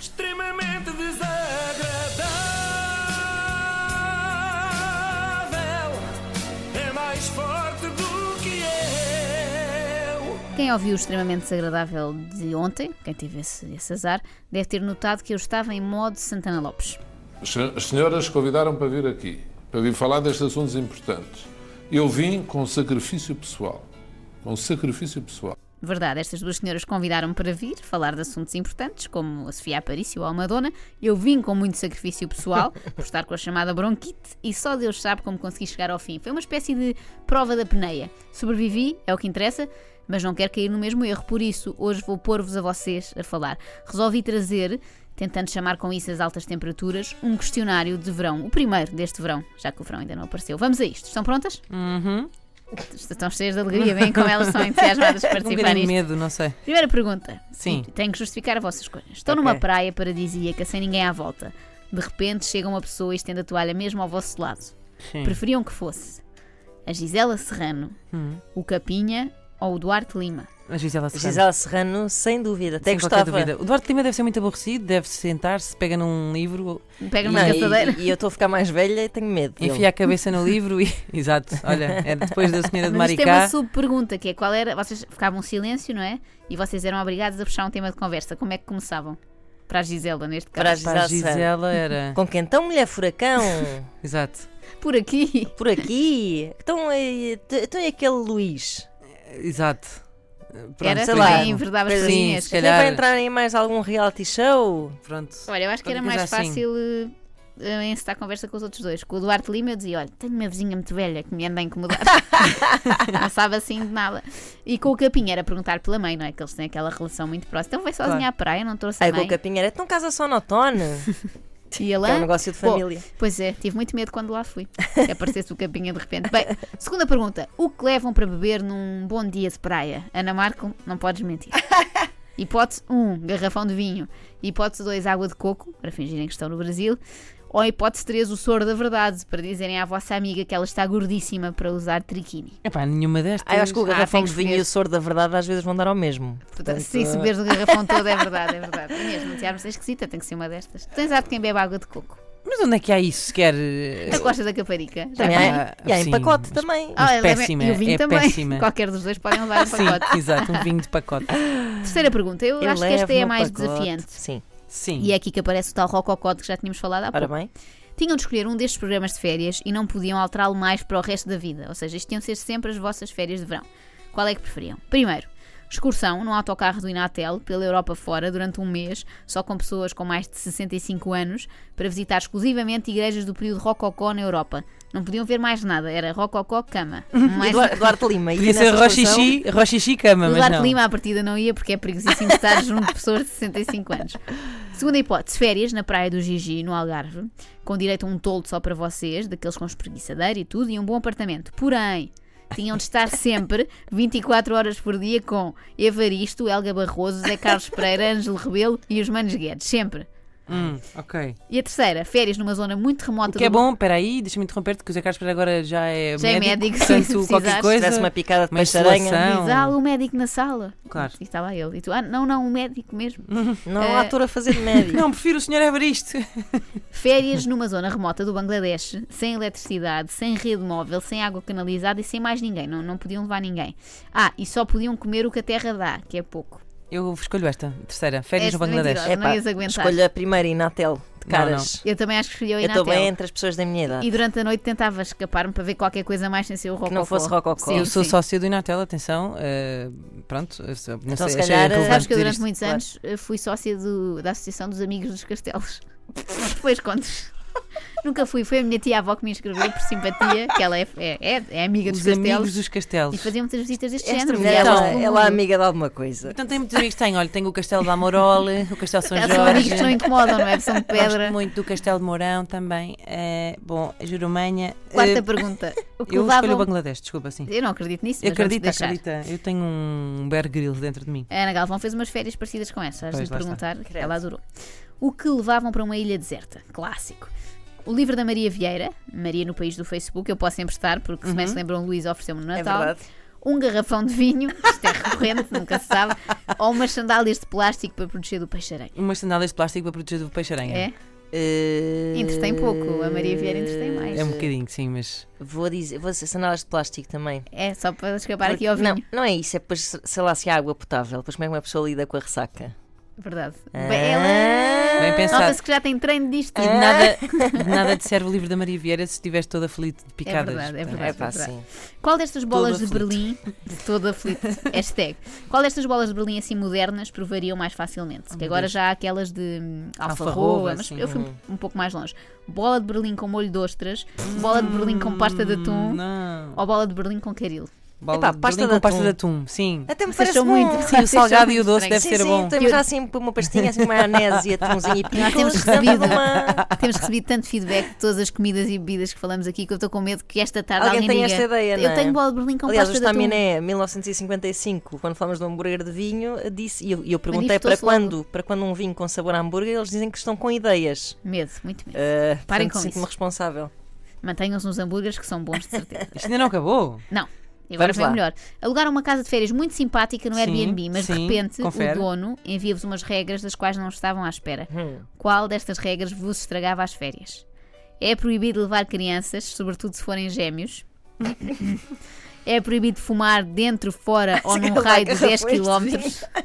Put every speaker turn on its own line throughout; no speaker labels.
extremamente desagradável. É mais forte do que eu.
Quem ouviu o extremamente desagradável de ontem, quem teve esse, esse azar, deve ter notado que eu estava em modo Santana Lopes.
As senhoras convidaram para vir aqui, para vir falar destes assuntos importantes. Eu vim com sacrifício pessoal. Com sacrifício pessoal.
Verdade, estas duas senhoras convidaram-me para vir falar de assuntos importantes, como a Sofia Aparício ou a Madonna. Eu vim com muito sacrifício pessoal, por estar com a chamada bronquite, e só Deus sabe como consegui chegar ao fim. Foi uma espécie de prova da peneia. Sobrevivi, é o que interessa, mas não quero cair no mesmo erro, por isso hoje vou pôr-vos a vocês a falar. Resolvi trazer, tentando chamar com isso as altas temperaturas, um questionário de verão, o primeiro deste verão, já que o verão ainda não apareceu. Vamos a isto, estão prontas? Estão cheias de alegria, bem como elas são entusiasmadas de
Um
participar
bocadinho de
nisto.
medo, não sei.
Primeira pergunta.
Sim.
E Tenho que justificar a vossa escolha. Estou
Ok.
numa praia paradisíaca sem ninguém à volta. De repente chega uma pessoa e estende a toalha mesmo ao vosso lado. Preferiam que fosse a Gisela Serrano,
Hum.
o Capinha ou o Duarte Lima?
A Gisela Serrano.
Gisela Serrano, sem dúvida. Até
Sem qualquer
gostava.
dúvida. O Duarte Lima deve ser muito aborrecido, deve sentar-se, pega num livro,
Pega numa
Não,
caçadeira.
e, e eu estou a ficar mais velha e tenho medo. dele.
enfia a cabeça no livro e. Exato, olha, é depois da senhora de
Mas isto é uma
Maricá.
sub-pergunta, que é qual era... Vocês ficavam em silêncio, não é? E vocês eram obrigados a fechar um tema de conversa. Como é que começavam? Para a Gisela, neste
Para a
caso.
Para a
Gisela, Serrano.
Gisela era.
Com quem? Então, mulher furacão,
Exato.
Por aqui.
por aqui. Então, eh, te- então e aquele Luís?
Exato. Pronto,
Era
sei
por
lá.
quem
exemplo.
enverdava as
Sim,
coisinhas.
se
Até
calhar.
vai entrar em mais algum reality show?
Pronto.
Olha, eu acho que era
Qualquer
mais
coisa assim.
fácil eh, eh, encetar a conversa com os outros dois. Com o Duarte Lima eu dizia, olha, tenho uma vizinha muito velha que me anda a incomodar. não sabe assim de nada. E com o Capinha era perguntar pela mãe, não é? Que eles têm aquela relação muito próxima. Então vai sozinha
Claro. Ah,
à praia, não trouxe a
Aí com
mãe.
o Capinha era então casa só no outono.
E ele,
que é um
"Ah,
negócio de
bom,
família.
pois é, tive muito medo quando lá fui. Que aparecesse o Capinha de repente. Bem, segunda pergunta. O que levam para beber num bom dia de praia? Ana Marco, não podes mentir. Hipótese 1, garrafão de vinho. Hipótese 2, água de coco, para fingirem que estão no Brasil. Ou hipótese 3, o soro da verdade, para dizerem à vossa amiga que ela está gordíssima para usar triquini.
Epá, nenhuma destas.
Ah, eu acho que o
Ah,
garrafão
tem
de
que
vinho
escolher.
e o soro da verdade às vezes vão dar ao mesmo.
Portanto, se se beberes o garrafão todo, é verdade, é verdade. Inês, não te armas é esquisita, tem que ser uma destas. Tens ar de quem bebe água de coco.
Mas onde é que há isso sequer? eh,
A costa da caparica. Já
Também há,
Ah,
e há em
sim,
pacote
mas-
também.
Mas
Ah, leva-
péssima,
e o vinho
é
também.
péssima.
Qualquer dos dois podem levar o
Sim,
pacote.
exato, um vinho de pacote.
Terceira pergunta, eu,
Eu
acho que esta é
levo
a
no
mais
pacote.
desafiante.
Sim.
Sim.
E é aqui que aparece o tal Rococó de que já tínhamos falado há pouco.
Ora bem.
Tinham de escolher um destes programas de férias e não podiam alterá-lo mais para o resto da vida. Ou seja, isto tinham de ser sempre as vossas férias de verão. Qual é que preferiam? Primeiro, excursão num autocarro do Inatel pela Europa fora durante um mês, só com pessoas com mais de 65 anos, para visitar exclusivamente igrejas do período Rococó na Europa. Não podiam ver mais nada, era Rococó cama.
E
Mais
Eduardo, Eduardo Lima. e
Podia ser
nessa excursão?
Rochixi, Rochixi Cama,
O
mas
Duarte
não.
Lima à partida não ia porque é perigosíssimo estar junto de pessoas de 65 anos. Segunda hipótese, férias na praia do Gigi, no Algarve, com direito a um toldo só para vocês, daqueles com espreguiçadeira e tudo, e um bom apartamento. Porém, tinham de estar sempre 24 horas por dia com Evaristo, Helga Barroso, Zé Carlos Pereira, Ângelo Rebelo e os Manos Guedes, sempre.
Hum, ok.
E a terceira, férias numa zona muito remota
O que é
do
bom, peraí, deixa-me interromper-te, que o Zé Carlos Pereira agora já é
Já é
médico,
médico, sim, se
portanto
precisares.
qualquer coisa...
Tivesse é. uma picada de
uma
peixe-aranha.
insolação.
Diz, ah, o médico na sala.
Claro.
E estava ele. E tu, ah, não, não, o médico mesmo.
Não
Ah,
há ator a fazer de médico.
Não, prefiro o senhor Evaristo.
Férias numa zona remota do Bangladesh, sem eletricidade, sem rede móvel, sem água canalizada e sem mais ninguém. Não, não podiam levar ninguém. Ah, e só podiam comer o que a terra dá, que é pouco.
Eu escolho esta, terceira, férias
Esta
no Banadesh.
mentirosa. não ias aguentar.
Escolha É a primeira Inatel de caras.
Eu também acho que escolhi o
Eu estou bem
Inatel.
entre as pessoas da minha idade.
E durante a noite tentava escapar-me para ver qualquer coisa mais sem ser o rococó.
não fosse rococó.
Sim,
Eu sou
sim.
sócia do Inatel, atenção. eh, pronto, eu sou- não
Então,
sei,
se
achei
calhar,
relevante
Sabes que eu
dizer
durante
isto.
muitos
claro.
anos eh, fui sócia do- da Associação dos Amigos dos Castelos. Depois contes. Nunca fui, foi a minha tia-avó que me inscreveu por simpatia, que ela é, é- é- é amiga dos
Os
castelos.
amigos dos Então,
E
castelos.
fazia muitas visitas deste
Esta
género.
mulher,
viagens
ela,
pelo
ela é
um mundo.
amiga de alguma coisa.
Então tem muitos amigos, tenho, olha, tenho o Castelo da Amorole, o Castelo São
São amigos que não
Jorge.
incomodam, não é? São de pedra.
Gosto muito do Castelo de Mourão também. eh, bom, Jurumanha. eh,
Quarta pergunta. O que
eu escolho o
levavam...
Bangladesh, desculpa, sim.
Eu não acredito nisso, mas vamos
Acredita,
deixar.
acredita. Eu tenho um Bear Grylls dentro de mim.
A Ana Galvão fez umas férias parecidas com essa, hás de
Pois,
lhe
lá
perguntar, que ela adorou. O que levavam para uma ilha deserta? Clássico. O livro da Maria Vieira, Maria no País do Facebook, eu posso emprestar, porque se bem se lembram, o Luís ofereceu-me no
É
Natal.
verdade.
um garrafão de vinho, isto é recorrente, nunca se sabe, ou umas sandálias de plástico para proteger do peixe-aranha.
Umas sandálias de plástico para proteger do peixe-aranha.
É? Entretém pouco, a Maria Vieira entretém mais.
É um bocadinho, sim, mas.
Vou dizer, vou dizer sandálias de plástico também.
É, só para escapar aqui ao
Porque-
vinho.
Não, não é isso, é depois, sei lá, se há água potável. Depois como é que uma pessoa lida com a ressaca?
Verdade. Bem, ela...
Bem pensado. Ah.
Nota-se que já tem treino disto.
De nada, de nada te serve o livro da Maria Vieira se estiveres toda aflito de picadas. Hum,
verdade, é
Portanto,
É
verdade.
pá,
verdade.
sim.
Qual destas bolas de
aflito.
Berlim, de todo aflito, hashtag, qual destas bolas de Berlim assim modernas provariam mais
Oh,
facilmente? Porque agora já há aquelas de hum, alfarroba,
Alfarroba,
mas
sim.
eu fui um, um pouco mais longe. Bola de Berlim com molho de ostras, bola de Berlim com pasta de atum
Hum. Não.
ou bola de Berlim com caril.
Bola
Epá,
de
pasta
Berlim
de
com pasta de
atum.
atum, sim.
Até me
Vocês
parece
são muito-
bom.
Sim, o
Vocês são
salgado e o
muito
doce deve
estranhos.
Sim,
ser
sim,
bom.
temos lá sempre uma pastinha, assim, uma maionese e atumzinho e
Nós temos
picos, dentro
recebido.
de uma...
Temos recebido tanto feedback de todas as comidas e bebidas que falamos aqui que eu estou com medo que esta tarde
Alguém
alguém,
tem
diga,
esta ideia,
eu
não é?
tenho bola de Berlim com
Aliás, o
Então,
é
pasta de atum.
Staminé, 1955, quando falamos de um hambúrguer de vinho, disse, e eu, e eu perguntei para
Manifestou-se
quando, para quando um vinho com sabor a hambúrguer, eles dizem que estão com ideias.
Medo, muito medo.
Uh,
Parem
portanto,
com
sinto-me
isso.
responsável.
Mantenham-se nos hambúrgueres que são bons, de certeza.
Isto ainda não acabou.
Não. E agora
Vamos
vem
lá.
o melhor. Alugaram uma casa de férias muito simpática no
Sim,
Airbnb, mas de
sim,
repente
confere.
o dono envia-vos umas regras das quais não estavam à espera. Qual destas regras vos estragava as férias? É proibido levar crianças, sobretudo se forem gêmeos. é proibido fumar dentro, fora ou num
calhar
raio de 10
garrafões de
km.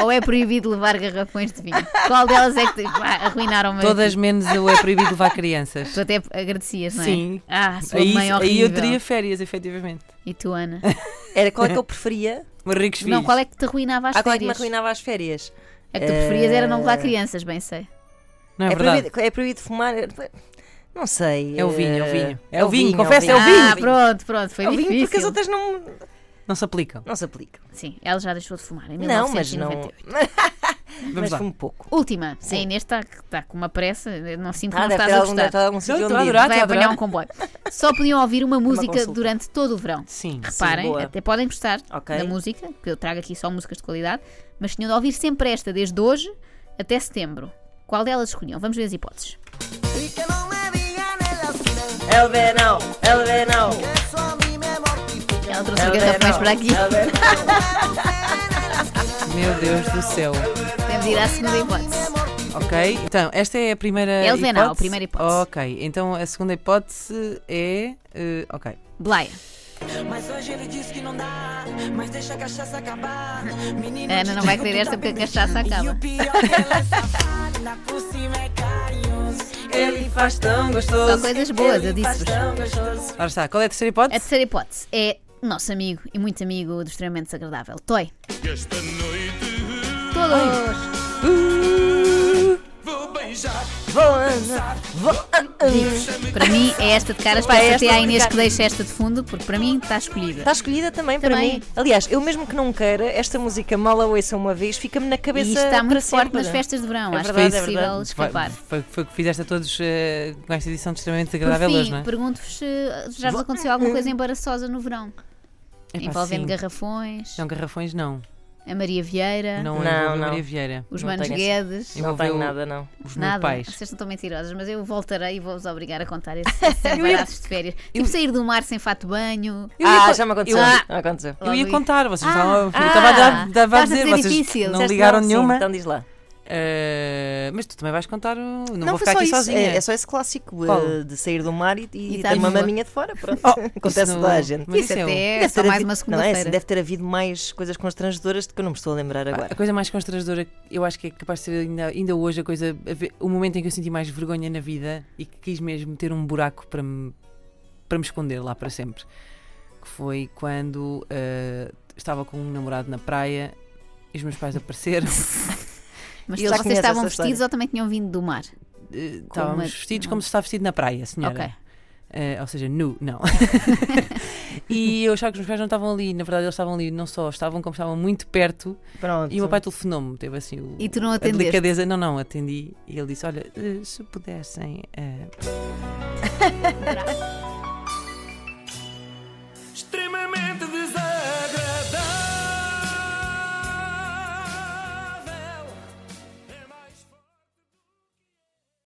Ou é proibido levar garrafões de vinho? Qual delas é que pá, arruinaram-me?
Todas menos o é proibido levar crianças.
Tu até agradecias, não é?
Sim.
Ah, sua
Aí,
mãe horrível.
aí eu teria férias, efetivamente.
E tu, Ana?
Era qual é que eu preferia?
Mas ricos filhos.
Não, qual é que te arruinava as
Ah, qual é que
férias?
me arruinava as férias?
A que tu preferias era não levar crianças, bem sei.
Não é, verdade?
proibido, é proibido fumar? Não sei.
É o
eh,
vinho, é o vinho. É o vinho, confesso, é o
ah, pronto, pronto, foi
É o vinho porque
difícil.
as outras não,
Não se aplicam.
não se aplicam.
Sim, ela já deixou de fumar em
Não, mas
1998.
não.
Vamos
Mas
lá.
fumo pouco.
Última, Sim. a Inês está tá com uma pressa, eu não sinto que
Ah,
não
deve
estás
ter
a
algum,
gostar.
deve ter algum sítio
Estou a
onde ir.
adorar.
Vai
Está
apanhar um comboio. Só podiam ouvir uma música
consulta.
durante todo o verão.
Sim.
Reparem,
boa.
até podem gostar
Ok.
da música, porque eu trago aqui só músicas de qualidade, mas tinham de ouvir sempre esta, desde hoje até setembro. Qual delas escolhiam? Vamos ver as hipóteses.
Y que no me digan en la esquina
É o verão, é o verão.
que eso a mí me mortifica.
Ela trouxe
é
garrafões para aqui.
Meu Deus do céu.
é
Temos de ir à segunda hipótese.
Ok, então esta é a primeira
É o
hipótese.
Venal, primeira hipótese.
Ok, então a segunda hipótese é. eh, ok.
Blaia.
Mas hoje ele diz que não dá, mas deixa a cachaça acabar. Menino,
A Ana É, né? não vai querer esta porque a cachaça acaba.
pior que ela é safada, por cima é carinhoso.
Ele faz tão
São
gostoso.
coisas boas, eu disse-vos.
Tão gostoso.
Ora está, qual é a terceira
A
hipótese?
terceira hipótese é nosso amigo e muito amigo do extremamente desagradável, Toy.
Esta noite uh,
Todos!
vou beijar.
Para mim é esta de caras,
Pá,
peço
esta
até à
ah, é
Inês
de
que deixa esta de fundo, porque para mim está escolhida.
Está Tá escolhida também, para
Também.
mim. Aliás, eu mesmo que não queira, esta música mal a ouça uma vez, fica-me na
E
cabeça
isto está
para
muito forte
sempre.
nas festas de verão,
É
acho
verdade,
que é
é
impossível
verdade.
escapar.
Foi- Foi, foi o que fizeste a todos eh, com esta edição de extremamente
Por
desagradável hoje,
fim,
não é?
pergunto-vos se já vos aconteceu alguma coisa
Hum.
embaraçosa no verão.
Epá,
Envolvendo
sim.
garrafões,
Não, garrafões não.
a Maria Vieira,
Não,
Não,
envolveu
não.
Maria Vieira.
os
não
Manos
tenho
Guedes.
Não tenho
Envolveu
nada, não.
Os meus
Nada,
pais.
vocês não estão mentirosas, mas eu voltarei e vou-vos obrigar a contar esses esses embaraços de férias. Tipo sair do mar sem fato de banho.
Eu ia
ah,
con-
já me aconteceu.
Eu,
Já me aconteceu.
eu ia
Logo
contar, vocês
Ah,
estavam. eu
ah,
estava a dar- dava
estás a
a dizer,
ser
vocês
difícil.
não
Disseste
ligaram
não, sim,
nenhuma.
então diz lá.
Eh, mas tu também vais contar. o- Não,
Não,
vou
foi
ficar
só
aqui
isso.
sozinha.
É, é só esse clássico eh,
Qual?
de sair do mar e,
E
e, Oh,
tá
ter uma
nua.
maminha de fora. Pronto.
isso
Acontece
não-
toda a gente.
Mas
isso
isso é o-
até é
Deve
só
ter
mais uma
havido- um- não é assim,
segunda-feira.
Deve ter havido mais coisas constrangedoras de que eu não me estou a lembrar
Pá,
agora.
A coisa mais constrangedora, eu acho que é capaz de ser ainda, ainda hoje a coisa, a ve- o momento em que eu senti mais vergonha na vida e que quis mesmo ter um buraco para me, para me esconder lá para sempre. Que foi quando ah, estava com um namorado na praia e os meus pais apareceram.
Mas
Eu já
vocês
conheço
estavam
essa
vestidos
história.
ou também tinham vindo do mar?
Eh, Estávamos vestidos como se está vestido na praia, senhora.
né?
Ok.
Eh, ou seja, nu, não. e eu achava que os meus pais não estavam ali, na verdade eles estavam ali, não só estavam, como estavam muito perto
Pronto.
E o meu pai telefonou-me, teve assim o,
E tu não
a
atendeste?
delicadeza. Não, não, atendi. E ele disse: Olha, eh, se pudessem. eh,